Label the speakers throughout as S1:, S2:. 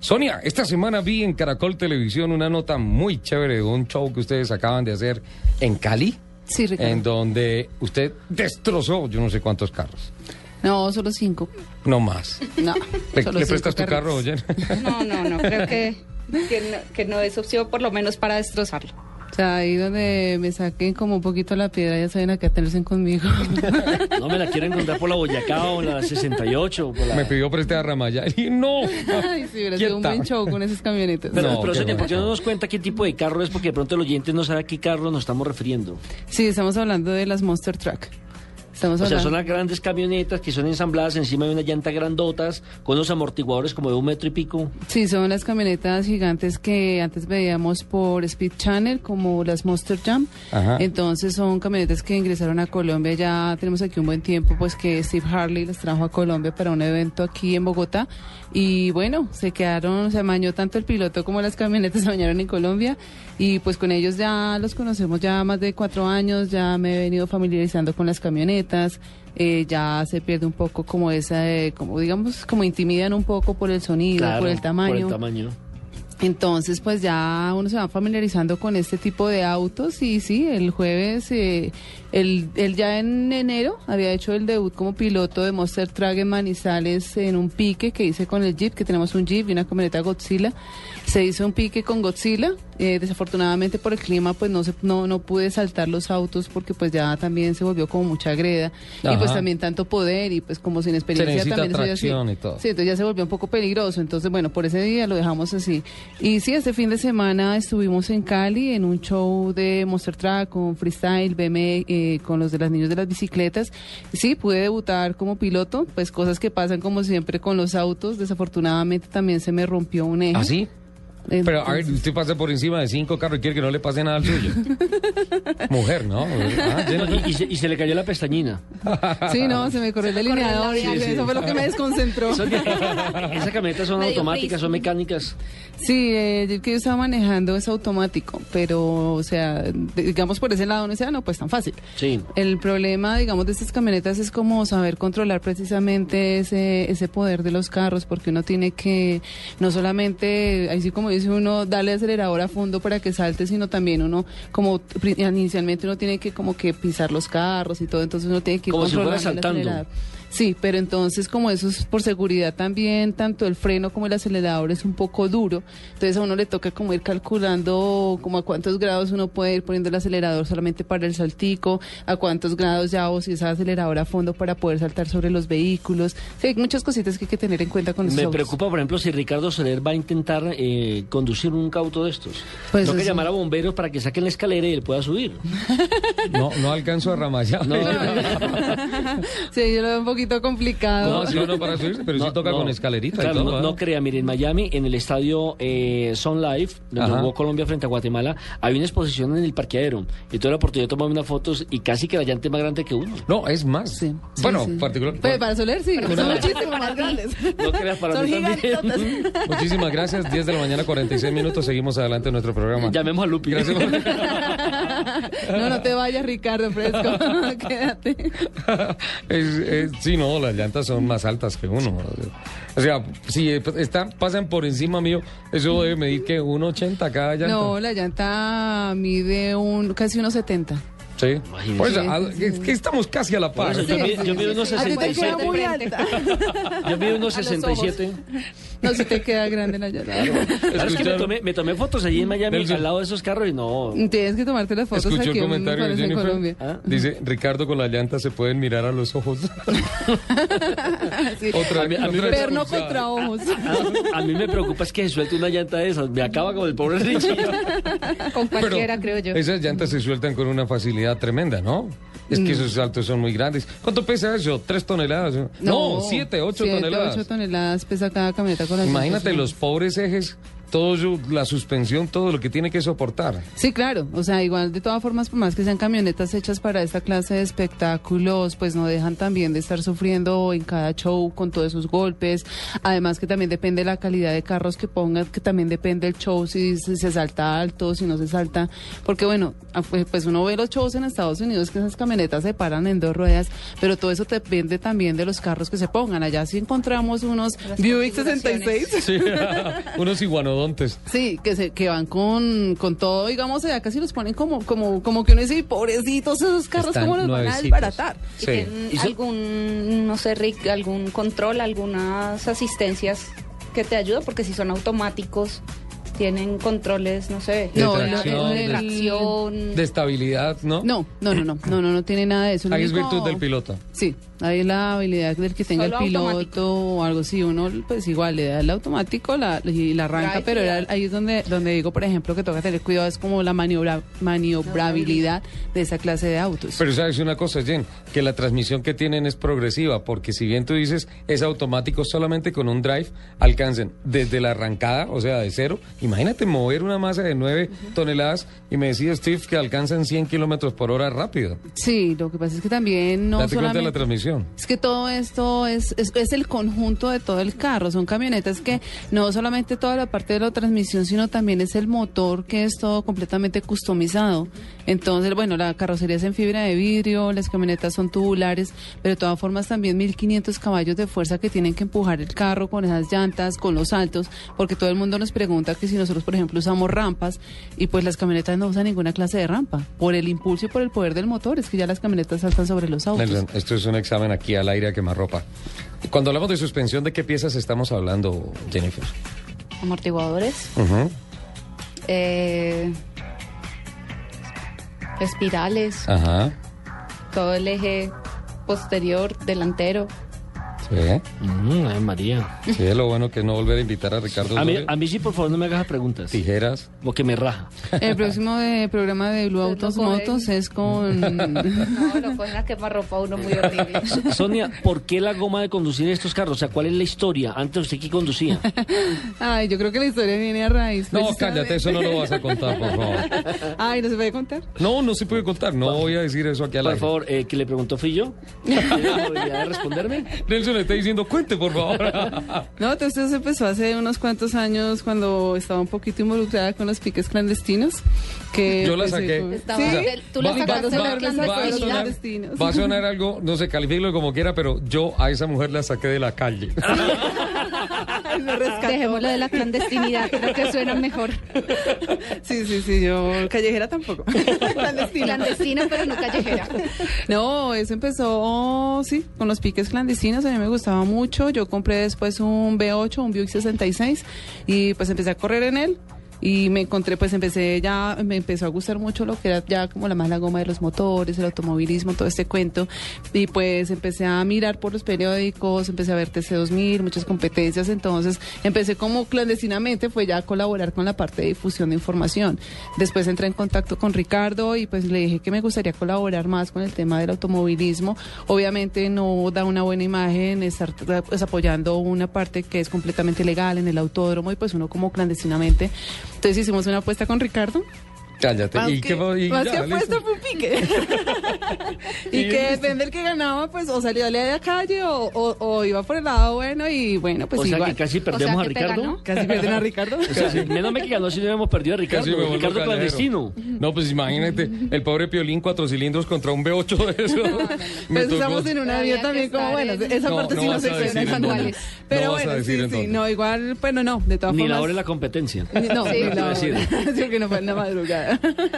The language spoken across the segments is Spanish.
S1: Sonia, esta semana vi en Caracol Televisión una nota muy chévere de un show que ustedes acaban de hacer en Cali.
S2: Sí, Ricardo.
S1: En donde usted destrozó yo no sé cuántos carros.
S2: No, solo cinco.
S1: No más.
S2: No.
S1: ¿Le,
S2: solo
S1: le
S2: cinco
S1: prestas tu carro,
S2: carros.
S1: oye?
S3: No, no, no, creo que, que, no, que no es opción por lo menos para destrozarlo.
S2: O sea, ahí donde me saquen como un poquito la piedra, ya saben a qué atenerse conmigo.
S4: No me la quieren contar por la Boyacá o la 68. o por la-
S1: Me pidió prestar a Ramaya y no.
S2: Ay, sí, hubiera sido un
S1: Quieta.
S2: buen show con esas camionetas.
S4: Pero,
S1: No,
S4: pero,
S1: qué
S4: señor, ¿por qué no
S1: bueno.
S4: nos cuenta qué tipo de carro es? Porque de pronto el oyente no sabe a qué carro nos estamos refiriendo.
S2: Sí, estamos hablando de las Monster Truck. Estamos
S4: O sea,
S2: hablando...
S4: son las grandes camionetas que son ensambladas encima de una llanta grandotas con los amortiguadores como de un metro y pico.
S2: Sí, son las camionetas gigantes que antes veíamos por Speed Channel, como las Monster Jam.
S1: Ajá.
S2: Entonces son camionetas que ingresaron a Colombia. Ya tenemos aquí un buen tiempo, pues que Steve Harley las trajo a Colombia para un evento aquí en Bogotá. Y bueno, se quedaron, se amañó tanto el piloto como las camionetas se amañaron en Colombia. Y pues con ellos ya los conocemos ya más de cuatro años, ya me he venido familiarizando con las camionetas. eh, ya se pierde un poco como esa, eh, como digamos, como intimidan un poco por el sonido, por el tamaño.
S4: Por el tamaño.
S2: Entonces, pues ya uno se va familiarizando con este tipo de autos y sí, el jueves, eh, él, él ya en enero había hecho el debut como piloto de Monster Truck en Manizales en un pique que hice con el Jeep, que tenemos un Jeep y una camioneta Godzilla. Se hizo un pique con Godzilla, eh, desafortunadamente por el clima pues no, se, no, no pude saltar los autos porque pues ya también se volvió como mucha greda y pues
S1: Ajá.
S2: también tanto poder y pues como sin experiencia
S1: necesita
S2: también eso ya sí-
S1: tracción y todo.
S2: sí, Sí, entonces ya se volvió un poco peligroso. Entonces, bueno, por ese día lo dejamos así. Y sí, este fin de semana estuvimos en Cali en un show de Monster Truck con Freestyle, BM, eh, con los de las niños de las bicicletas. Sí, pude debutar como piloto, pues cosas que pasan como siempre con los autos. Desafortunadamente también se me rompió un eje.
S1: ¿Así?
S2: Entonces,
S1: ¿Ah, Pero a ver, usted pasa por encima de cinco carros y quiere que no le pase nada al suyo. Mujer, ¿no? Ah,
S4: No,
S1: lleno-
S4: y, y se, y se le cayó la pestañina.
S2: Sí, no, se me corrió el delineador y
S4: Sí, sí.
S2: eso fue lo que me desconcentró.
S4: Esas esas camionetas son
S3: Medio
S4: automáticas,
S3: freeze.
S4: son mecánicas.
S2: Sí, eh, el que yo estaba manejando es automático, pero, o sea, digamos por ese lado no sea, no, pues tan fácil.
S4: Sí.
S2: El problema, digamos, de estas camionetas es como saber controlar precisamente ese, ese poder de los carros, porque uno tiene que, no solamente, ahí sí como dice uno, darle acelerador a fondo para que salte, sino también uno, como pri- inicialmente uno tiene que como que pisar los carros y todo, entonces uno tiene que ir
S4: Como si fuera
S2: controlando el
S4: saltando.
S2: acelerador. Sí, pero entonces como eso es por seguridad también, tanto el freno como el acelerador es un poco duro, entonces a uno le toca como ir calculando como a cuántos grados uno puede ir poniendo el acelerador solamente para el saltico, a cuántos grados ya o si es acelerador a fondo para poder saltar sobre los vehículos. Sí, hay muchas cositas que hay que tener en cuenta con los
S4: Me
S2: autos.
S4: preocupa, por ejemplo, si Ricardo Soler va a intentar eh, conducir un auto de estos.
S2: Pues
S4: Tengo que
S2: eso.
S4: llamar a bomberos para que saquen la escalera y él pueda subir.
S1: No, no alcanzo a Ramaya.
S4: No,
S2: Sí, yo lo veo un poquito complicado.
S1: No, sí, no para subirse, pero sí
S4: No,
S1: toca
S4: no.
S1: con escalerita
S4: Claro,
S1: y todo.
S4: no,
S1: ¿eh?
S4: no crea, mire, en Miami, en el estadio eh, Sun Life, donde
S1: Ajá.
S4: jugó Colombia frente a Guatemala, había una exposición en el parqueadero. Y tuve la oportunidad de tomarme unas fotos y casi que la llanta es más grande que uno.
S1: No, es más.
S2: Sí, sí,
S1: bueno,
S2: sí.
S1: particular.
S2: Pero para Soler sí,
S3: Pero
S2: son
S3: para-
S2: muchísimo más
S3: para ti.
S2: grandes.
S4: No creas, para
S2: Son
S4: mí también.
S2: gigantotas.
S1: Muchísimas gracias. 10 de la mañana, 46 minutos. Seguimos adelante en nuestro programa.
S4: Llamemos a Lupi.
S1: Gracias por-
S2: No, no te vayas, Ricardo, fresco. Quédate.
S1: Es- es- sí, no, las llantas son más altas que uno. O sea, si eh, están, pasan por encima mío, eso debe medir que 1,80 cada llanta.
S2: No, la llanta mide un casi unos 70.
S1: Sí.
S4: Imagínese.
S1: Pues, ah, es que estamos casi a la par.
S4: Por eso, yo,
S2: Sí,
S4: mi-
S2: sí,
S4: yo
S2: sí,
S4: mido unos
S3: sí.
S2: A ti te queda
S4: 67.
S2: muy alta.
S4: Yo mido unos
S3: A los
S4: 67.
S2: No, si te queda grande la llanta.
S4: Claro, es que me
S1: Escucharon-
S4: tomé, me tomé fotos allí en Miami
S1: Nelson.
S4: al lado de esos carros y no.
S2: Tienes que tomarte las fotos
S1: Escuchó
S2: aquí
S1: el
S2: en-
S1: comentario de
S2: parece en
S1: Jennifer.
S2: Colombia.
S4: ¿Ah?
S1: Dice, Ricardo, con la llanta se pueden mirar a los ojos.
S2: Ah, Sí.
S1: Otra,
S4: A mí- a mí
S1: otra
S4: me-
S2: Perno
S1: expulsada.
S2: contra ojos.
S4: Ah, A, a mí me preocupa es que suelte una llanta de esas. Me acaba con el pobre Richie.
S3: Con
S1: Ah, Pero
S3: cualquiera, creo yo.
S1: Esas llantas se sueltan con una facilidad tremenda, ¿no? Es que esos saltos son muy grandes. ¿Cuánto pesa eso? ¿Tres toneladas? No, siete, ocho
S2: siete,
S1: toneladas.
S2: ocho toneladas pesa cada camioneta con las
S1: Imagínate
S2: llantas.
S1: los pobres ejes todo su- la suspensión, todo lo que tiene que soportar.
S2: Sí, claro. O sea, igual de todas formas, por más que sean camionetas hechas para esta clase de espectáculos, pues no dejan también de estar sufriendo en cada show con todos esos golpes. Además que también depende la calidad de carros que pongan, que también depende el show, si se, se salta alto, si no se salta. Porque bueno, ah, pues- pues uno ve los shows en Estados Unidos que esas camionetas se paran en dos ruedas, pero todo eso depende también de los carros que se pongan. Allá sí encontramos unos
S3: Las
S2: Buick
S3: configuraciones.
S2: 66.
S1: Sí, unos iguanodontes.
S2: Sí, que se, que van con, con todo, digamos, ya casi los ponen como, como, como que uno dice, "Ay, pobrecitos esos carros,
S1: Están
S2: ¿cómo los van a
S1: nuevecitos.
S2: desbaratar?
S3: Y
S1: Sí.
S3: tienen
S4: Eso-
S3: algún, no sé, Rick, algún control, algunas asistencias que te ayudan, porque si son automáticos, tienen controles, no sé,
S1: De
S2: No,
S3: de
S1: tracción,
S2: el-
S1: de-
S3: tracción.
S1: de estabilidad, ¿no?
S2: No, no, no, no, no, no, no tiene nada de eso. lo
S1: Ahí es
S2: único-
S1: virtud del piloto.
S2: Sí, ahí es la habilidad del que tenga
S3: Solo
S2: el piloto
S3: automático.
S2: o algo así, uno pues igual le da el automático la, y la arranca,
S3: Drive,
S2: pero era-
S3: drive.
S2: ahí es donde, donde digo, por ejemplo, que toca tener cuidado, es como la maniobra, maniobrabilidad de esa clase de autos.
S1: Pero sabes una cosa, Jen, que la transmisión que tienen es progresiva, porque si bien tú dices es automático, solamente con un drive alcancen desde la arrancada, o sea, de cero. Imagínate mover una masa de 9 toneladas y me decía Steve que alcanzan 100 kilómetros por hora rápido.
S2: sí, lo que pasa es que también no
S1: Date cuenta de la
S2: solamente...
S1: transmisión.
S2: Es que todo esto es, es, es el conjunto de todo el carro. Son camionetas que no solamente toda la parte de la transmisión, sino también es el motor que es todo completamente customizado. Entonces, bueno, la carrocería es en fibra de vidrio, las camionetas son tubulares, pero de todas formas también 1500 caballos de fuerza que tienen que empujar el carro con esas llantas, con los saltos, porque todo el mundo nos pregunta que si nosotros, por ejemplo, usamos rampas y pues las camionetas no usan ninguna clase de rampa por el impulso y por el poder del motor. Es que ya las camionetas saltan sobre los autos.
S1: Nelson, esto es un examen aquí al aire a quemarropa. Cuando hablamos de suspensión, ¿de qué piezas estamos hablando, Jennifer?
S3: Amortiguadores,
S1: Ujú.
S3: eh, espirales,
S1: Ajá.
S3: todo el eje posterior, delantero.
S1: Sí,
S4: Mm, ay, María.
S1: sí, es lo bueno que no volver a invitar a Ricardo.
S4: A mí,
S1: Osorio.
S4: a mí sí, por favor, no me hagas preguntas.
S1: Tijeras.
S4: Porque me raja.
S2: El próximo de- programa de Blue
S3: Lo
S2: Autos
S3: cogen.
S2: Motos es con...
S3: No, lo ponen a quemarropa uno muy horrible.
S4: Sonia, ¿por qué la goma de conducir estos carros? O sea, ¿cuál es la historia? Antes usted que conducía.
S2: Ay, yo creo que la historia viene a raíz.
S1: No,
S2: precisamente.
S1: cállate, eso no lo vas a contar, por favor.
S2: Ay, ¿no se puede contar?
S1: No, no se puede contar. No voy a decir eso aquí al
S4: Por
S1: aire.
S4: favor, eh, que le preguntó fui yo. ¿Tiene la habilidad de responderme?
S1: Nelson le está diciendo, cuente, por favor.
S2: No, entonces eso empezó hace unos cuantos años cuando estaba un poquito involucrada con los piques clandestinos. Que,
S1: Yo la
S2: pues,
S1: saqué.
S2: eh,
S3: Estaba-
S2: Sí,
S3: del- tú la
S1: va-
S3: sacaste
S1: va-
S3: de la
S1: va- va a
S3: clandestinidad.
S1: sonar-
S2: Clandestinos.
S1: Va a sonar algo, no sé, califíquelo como quiera, pero yo a esa mujer la saqué de la calle.
S2: lo rescató.
S3: Dejémoslo de la clandestinidad, creo que suena mejor.
S2: Sí, sí, sí, yo callejera tampoco. Clandestina.
S3: Clandestina, pero no callejera.
S2: No, eso empezó, oh, sí, con los piques clandestinos, a mí me gustaba mucho, yo compré después un B8, un Buick 66 y pues empecé a correr en él y me encontré, pues empecé ya, me empezó a gustar mucho lo que era ya como la más la goma de los motores, el automovilismo, todo este cuento y pues empecé a mirar por los periódicos, empecé a ver TC2000, muchas competencias, entonces empecé como clandestinamente, fue ya a colaborar con la parte de difusión de información. Después entré en contacto con Ricardo y pues le dije que me gustaría colaborar más con el tema del automovilismo. Obviamente no da una buena imagen estar pues, apoyando una parte que es completamente legal en el autódromo y pues uno como clandestinamente. Entonces hicimos una apuesta con Ricardo.
S1: Cállate.
S2: Más
S1: ¿Y
S2: que-
S1: qué va- y
S2: más
S1: ya,
S2: que
S1: listo.
S2: apuesta fue un pique. y que depende del que ganaba, pues o salía de la calle o, o- o iba por el lado bueno y bueno, pues
S4: o sea,
S2: igual.
S4: que casi perdemos
S3: sea,
S4: a
S3: que te
S4: Ricardo.
S3: ganó.
S2: Casi pierden a Ricardo.
S4: O sea, sí, menos mal que ganó si no hubiéramos perdido a Ricardo.
S1: Casi me vuelvo
S4: Ricardo
S1: callejero.
S4: clandestino.
S1: No, pues imagínate, el pobre Piolín, cuatro cilindros contra un B8 de eso. Me tocó.
S2: Pensamos Pues en una vida
S3: Había que
S2: también como,
S3: estar
S2: bueno,
S3: en-
S2: esa
S1: No,
S2: parte
S1: no
S2: sí
S1: vas
S2: nos
S1: a decir
S2: secciona
S1: en
S2: esa
S1: dónde.
S2: parte.
S1: No
S2: Pero
S1: vas a
S2: bueno,
S1: decir
S2: sí,
S1: en
S2: sí,
S1: dónde.
S2: no, igual, bueno, no, de todas
S4: Ni
S2: formas.
S4: la hora de la competencia.
S2: Ni- No,
S3: Sí,
S2: ni
S3: te
S2: la
S3: iba a
S2: hora.
S4: decir.
S2: Sí, que no fue en la madrugada.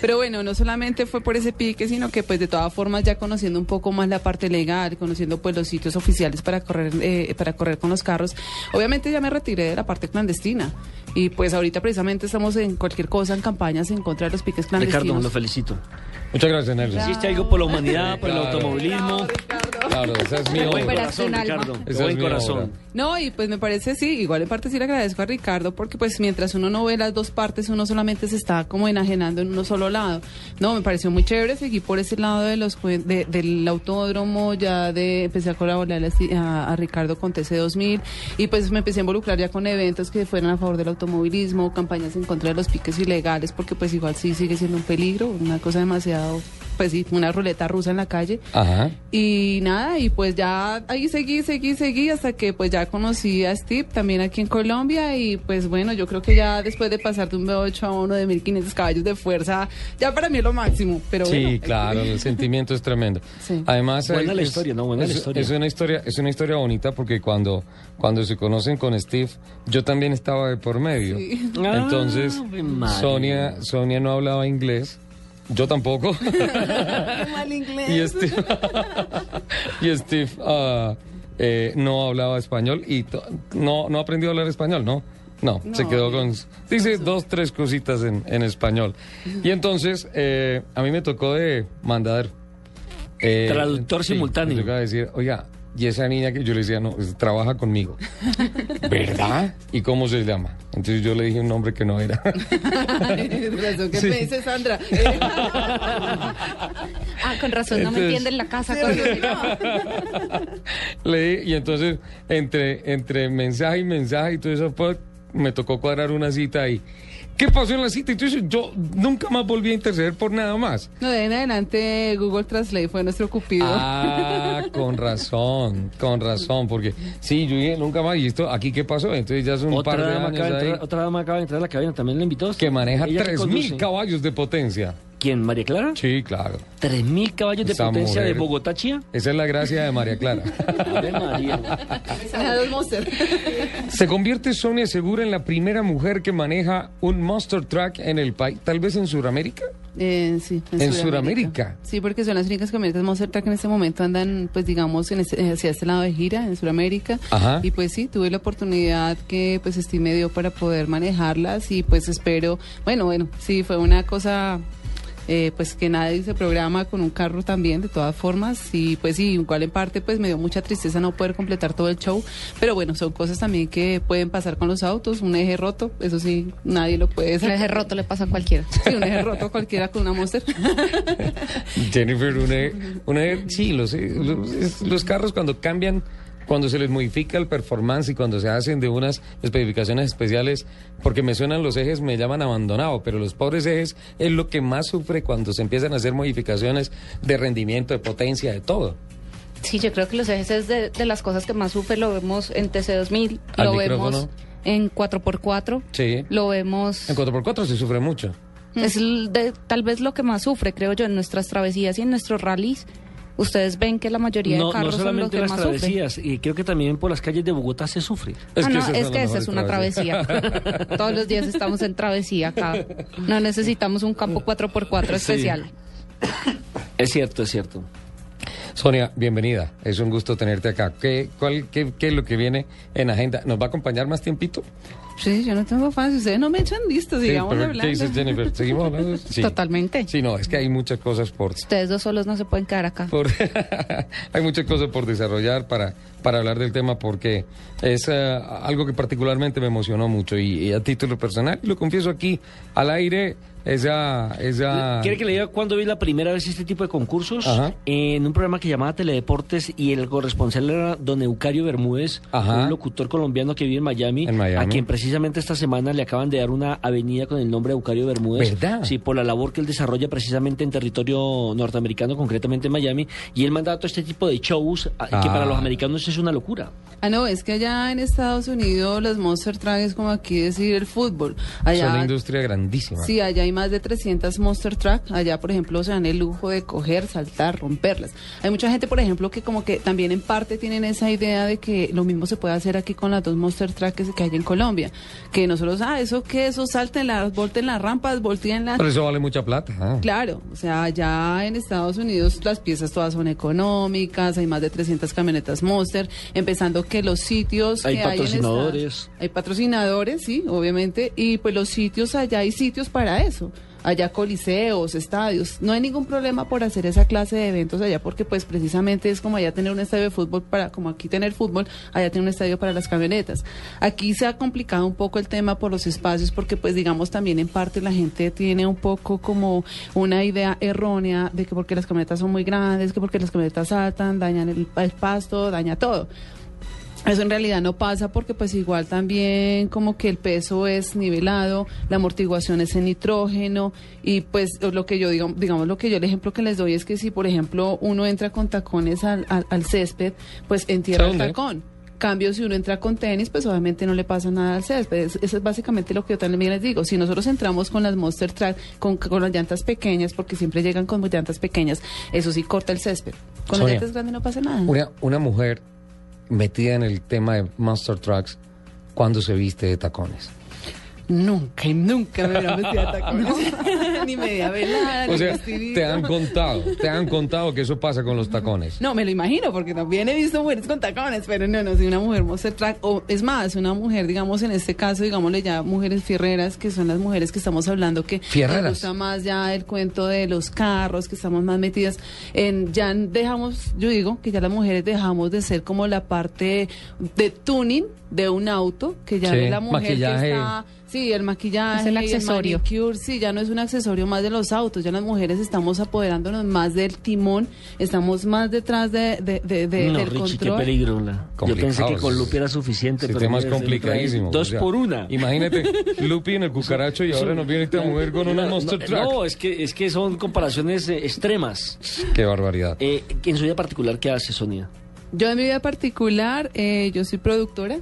S2: Pero bueno, no solamente fue por ese pique, sino que pues de todas formas ya conociendo un poco más la parte legal, conociendo pues los sitios oficiales para correr, eh, para correr con los carros, obviamente ya me retiré de la parte clandestina. Y pues ahorita precisamente estamos en cualquier cosa, en campañas en contra de los piques
S4: Ricardo,
S2: clandestinos.
S4: lo felicito.
S1: Muchas gracias, Nelson.
S4: Hiciste algo por la humanidad, por el
S1: Claro.
S4: automovilismo.
S2: Ricardo.
S1: Claro, esa es mi
S4: Buen
S1: obra.
S3: Recuperaste
S4: corazón,
S3: un alma.
S4: Ricardo.
S1: Esa es
S4: Buen
S1: mi
S4: corazón.
S1: obra.
S2: No, y pues me parece, sí, igual en parte sí le agradezco a Ricardo, porque pues mientras uno no ve las dos partes, uno solamente se está como enajenando en uno solo lado. No, me pareció muy chévere, seguí por ese lado de los jue- de- del autódromo, ya de, empecé a colaborar así- a, a Ricardo con TC2000, y pues me empecé a involucrar ya con eventos que fueran a favor del automovilismo, campañas en contra de los piques ilegales, porque pues igual sí sigue siendo un peligro, una cosa demasiado, pues sí, una ruleta rusa en la calle.
S1: Ajá.
S2: Y nada, y pues ya ahí seguí, seguí, seguí hasta que pues ya conocí a Steve también aquí en Colombia y pues bueno, yo creo que ya después de pasar de un B8 a uno de 1500 caballos de fuerza, ya para mí es lo máximo, pero bueno.
S1: Sí, claro, el sentimiento es tremendo.
S2: Sí.
S1: Además,
S4: Buena
S1: hay-
S4: la
S1: es-
S4: historia, ¿no? Buena la
S1: es-
S4: historia.
S1: Es una historia, es una historia bonita porque cuando, cuando se conocen con Steve, yo también estaba de por medio.
S2: Sí.
S4: Ah,
S1: Entonces,
S4: Ave María.
S1: Sonia, Sonia no hablaba inglés, yo tampoco.
S2: Qué mal inglés.
S1: y Steve, y Steve ah, eh, no hablaba español y to- no, no aprendió a hablar español, ¿no? No,
S2: No.
S1: se quedó con... Dice dos, tres cositas en, en español. Y entonces, eh, a mí me tocó de mandadero. Eh,
S4: Traductor simultáneo.
S1: Me tocaba decir, oiga, y esa niña que yo le decía, no, es- trabaja conmigo. ¿Verdad? ¿Y cómo se llama? Entonces yo le dije un nombre que no era.
S2: Con razón, ¿Qué
S1: Sí.
S2: me dice Sandra?
S3: Ah, con razón, no
S1: Entonces-
S3: me entienden la casa. con-
S1: Leí, y entonces, entre, entre mensaje y mensaje y todo eso, pues, me tocó cuadrar una cita ahí. ¿Qué pasó en la cita? Entonces, yo nunca más volví a interceder por nada más.
S2: no, de ahí en adelante Google Translate fue nuestro cupido.
S1: Ah, con razón, con razón, porque sí, yo dije nunca más, y esto, aquí qué pasó, entonces ya son un
S4: Otra
S1: par de
S4: dama,
S1: años
S4: acaba de
S1: ahí,
S4: entrar, otra dama acaba de entrar a la cabina, también la invitó.
S1: que maneja
S4: Ella que
S1: 3.000
S4: conduce.
S1: caballos de potencia.
S4: ¿Quién, María Clara?
S1: Sí, claro.
S4: 3.000 caballos de
S1: Esa
S4: potencia
S1: mujer.
S4: de Bogotá, Chía.
S1: Esa es la gracia de María Clara.
S4: Ave María.
S2: Nada, dos monsters.
S1: Se convierte Sonia Segura en la primera mujer que maneja un Monster Truck en el país, tal vez en Sudamérica.
S2: Eh, sí,
S1: ¿En Suramérica?
S2: Sudamérica. Sí, porque son las únicas camionetas Monster Truck que en este momento andan, pues digamos, en este- eh, hacia este lado de gira, en Sudamérica.
S1: Ajá.
S2: Y pues sí, tuve la oportunidad que pues Steve me dio para poder manejarlas y pues espero, bueno, bueno, sí, fue una cosa... eh, pues que nadie se programa con un carro también, de todas formas, y pues sí, igual en parte pues me dio mucha tristeza no poder completar todo el show, pero bueno, son cosas también que pueden pasar con los autos, un eje roto, eso sí, nadie lo puede
S3: Un eje
S2: sacar.
S3: roto le pasa a cualquiera.
S2: Sí, un eje roto cualquiera con una Monster.
S1: Jennifer, una, una- sí, los, eh, los- es- los carros cuando cambian, cuando se les modifica el performance y cuando se hacen de unas especificaciones especiales, porque me suenan los ejes, me llaman abandonado, pero los pobres ejes es lo que más sufre cuando se empiezan a hacer modificaciones de rendimiento, de potencia, de todo.
S3: Sí, yo creo que los ejes es de, de las cosas que más sufre. Lo vemos en TC2000,
S1: Al
S3: lo
S1: micrófono.
S3: vemos en 4x4,
S1: Sí.
S3: lo vemos... Mm.
S1: En 4x4 se sufre mucho.
S3: Es el de- tal vez lo que más sufre, creo yo, en nuestras travesías y en nuestros rallies. Ustedes ven que la mayoría de
S4: No, no
S3: carros son los
S4: solamente
S3: que
S4: las
S3: más sufren.
S4: travesías, y creo que también por las calles de Bogotá se sufre.
S3: ah, no,
S1: esas
S3: es
S1: son
S3: que
S1: las
S3: esa
S1: mejores
S3: es una
S1: travesías.
S3: travesía. Todos los días estamos en travesía acá. No necesitamos un campo 4x4 especial.
S4: Es cierto, es cierto.
S1: Sonia, bienvenida. Es un gusto tenerte acá. ¿Qué, cuál, qué, qué es lo que viene en agenda? ¿Nos va a acompañar más tiempito?
S2: Sí, yo no tengo fans, ustedes no me echan listos, digamos,
S1: pero
S2: hablando.
S1: ¿Qué dices, Jennifer? ¿Seguimos hablando? Sí.
S3: Totalmente.
S1: Sí, no, es que hay muchas cosas por...
S3: Ustedes dos solos no se pueden quedar acá.
S1: por- hay muchas cosas por desarrollar para, para hablar del tema porque es eh, algo que particularmente me emocionó mucho y, y a título personal, y lo confieso aquí al aire, esa... esa
S4: ¿Quiere que le diga cuándo vi la primera vez este tipo de concursos?
S1: Ah. Ajá.
S4: En un programa que llamaba Teledeportes y el corresponsal era don Eucario Bermúdez,
S1: Ajá.
S4: un locutor colombiano que vive en Miami,
S1: En Miami.
S4: a quien precisamente esta semana le acaban de dar una avenida con el nombre de Eucario Bermúdez.
S1: ¿Verdad?
S4: Sí, por la labor que él desarrolla precisamente en territorio norteamericano, concretamente en Miami, y él manda todo este tipo de shows a- que
S1: Ah.
S4: para los americanos es una locura.
S2: Ah, no, es que allá en Estados Unidos los Monster Truck es como aquí decir el fútbol.
S1: Es una
S2: Allá,
S1: industria grandísima.
S2: ah. sí, allá hay más de 300 Monster Truck. Allá, por ejemplo, se dan el lujo de coger, saltar, romperlas. Hay mucha gente, por ejemplo, que como que también en parte tienen esa idea de que lo mismo se puede hacer aquí con las dos Monster Truck que, se- que hay en Colombia. Que nosotros, ah, eso que, eso salten las, volten las rampas, volteen las...
S1: Pero eso vale mucha plata. ah.
S2: ah. Claro, o sea, allá en Estados Unidos las piezas todas son económicas, hay más de 300 camionetas Monster, empezando que los sitios...
S4: Hay
S2: que en Estados-
S4: patrocinadores.
S2: hay patrocinadores, sí, obviamente, y pues los sitios allá hay sitios para eso. allá coliseos, estadios. No hay ningún problema por hacer esa clase de eventos allá porque pues precisamente es como allá tener un estadio de fútbol para, como aquí tener fútbol, allá tener un estadio para las camionetas. Aquí se ha complicado un poco el tema por los espacios porque pues digamos también en parte la gente tiene un poco como una idea errónea de que porque las camionetas son muy grandes, que porque las camionetas saltan, dañan el, el pasto, daña todo. Eso en realidad no pasa porque pues igual también como que el peso es nivelado, la amortiguación es en nitrógeno y pues lo que yo digo, digamos lo que yo el ejemplo que les doy es que si por ejemplo uno entra con tacones al, al, al césped, pues entierra el
S1: ¿Sabe?
S2: tacón. Cambio, si uno entra con tenis, pues obviamente no le pasa nada al césped. Es- Eso es básicamente lo que yo también les digo. Si nosotros entramos con las Monster Track, con, con las llantas pequeñas, porque siempre llegan con llantas pequeñas, eso sí corta el césped. Con
S1: Sonia,
S2: las llantas grandes no pasa nada.
S1: Una, una mujer metida en el tema de Monster Trucks, cuando se viste de tacones?
S2: Nunca y nunca me hubiera metido a tacones. ni media velada,
S1: O
S2: ni
S1: sea, te
S2: vestidito.
S1: han contado, te han contado que eso pasa con los tacones.
S2: No, me lo imagino, porque también he visto mujeres con tacones, pero no, no, si una mujer monster track, o es más, una mujer, digamos, en este caso, digámosle ya mujeres fierreras, que son las mujeres que estamos hablando que
S1: Fierreras.
S2: nos gusta más ya el cuento de los carros, que estamos más metidas en, ya dejamos, yo digo que ya las mujeres dejamos de ser como la parte de tuning de un auto, que ya
S1: Sí,
S2: ve la mujer
S1: maquillaje.
S2: que está, sí, el maquillaje,
S5: Es el accesorio.
S2: manicure, manicure, sí, ya no es un accesorio más de los autos, ya las mujeres estamos apoderándonos más del timón, estamos más detrás de, de- de- de-
S4: no,
S2: del
S4: Richie, qué
S2: control.
S4: peligro. la- Yo pensé que
S1: Complicados.
S4: con Lupi era suficiente.
S1: Ese
S4: pero
S1: tema
S4: no,
S1: es
S4: ese no trae-
S1: complicadísimo.
S4: Dos
S1: o sea,
S4: por una.
S1: Imagínate, Lupi en el cucaracho y ahora nos viene esta mujer con una
S4: No,
S1: Monster
S4: no,
S1: Truck.
S4: No, es que, es que son comparaciones eh, extremas.
S1: Qué barbaridad.
S4: Eh, en su vida particular, ¿qué hace Sonia?
S2: Yo en mi vida particular, eh, yo soy productora.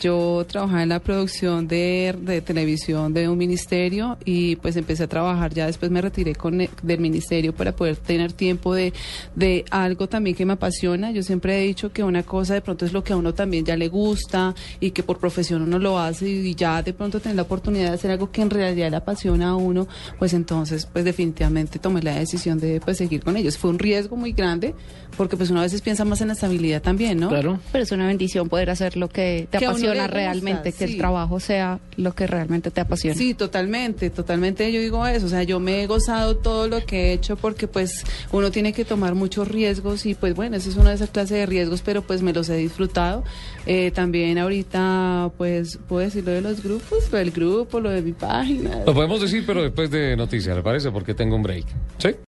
S2: Yo trabajaba en la producción de, de televisión de un ministerio y pues empecé a trabajar, ya después me retiré con, e- del ministerio para poder tener tiempo de, de algo también que me apasiona. Yo siempre he dicho que una cosa de pronto es lo que a uno también ya le gusta y que por profesión uno lo hace y ya de pronto tener la oportunidad de hacer algo que en realidad le apasiona a uno, pues entonces pues definitivamente tomé la decisión de pues seguir con ellos. Fue un riesgo muy grande porque pues uno a veces piensa más en la estabilidad también, ¿no?
S4: Claro.
S3: Pero es una bendición poder hacer lo que te
S2: Que a uno le
S3: apasiona
S2: gusta,
S3: realmente, que
S2: sí.
S3: el trabajo sea lo que realmente te apasiona.
S2: Sí, totalmente, totalmente yo digo eso, o sea, yo me he gozado todo lo que he hecho porque pues uno tiene que tomar muchos riesgos y pues bueno, esa es una de esas clases de riesgos, pero pues me los he disfrutado. Eh, también ahorita pues puedo decir lo de los grupos, lo del grupo, lo de mi página.
S1: Lo podemos decir, pero después de noticias, ¿le parece? Porque tengo un break. ¿Sí?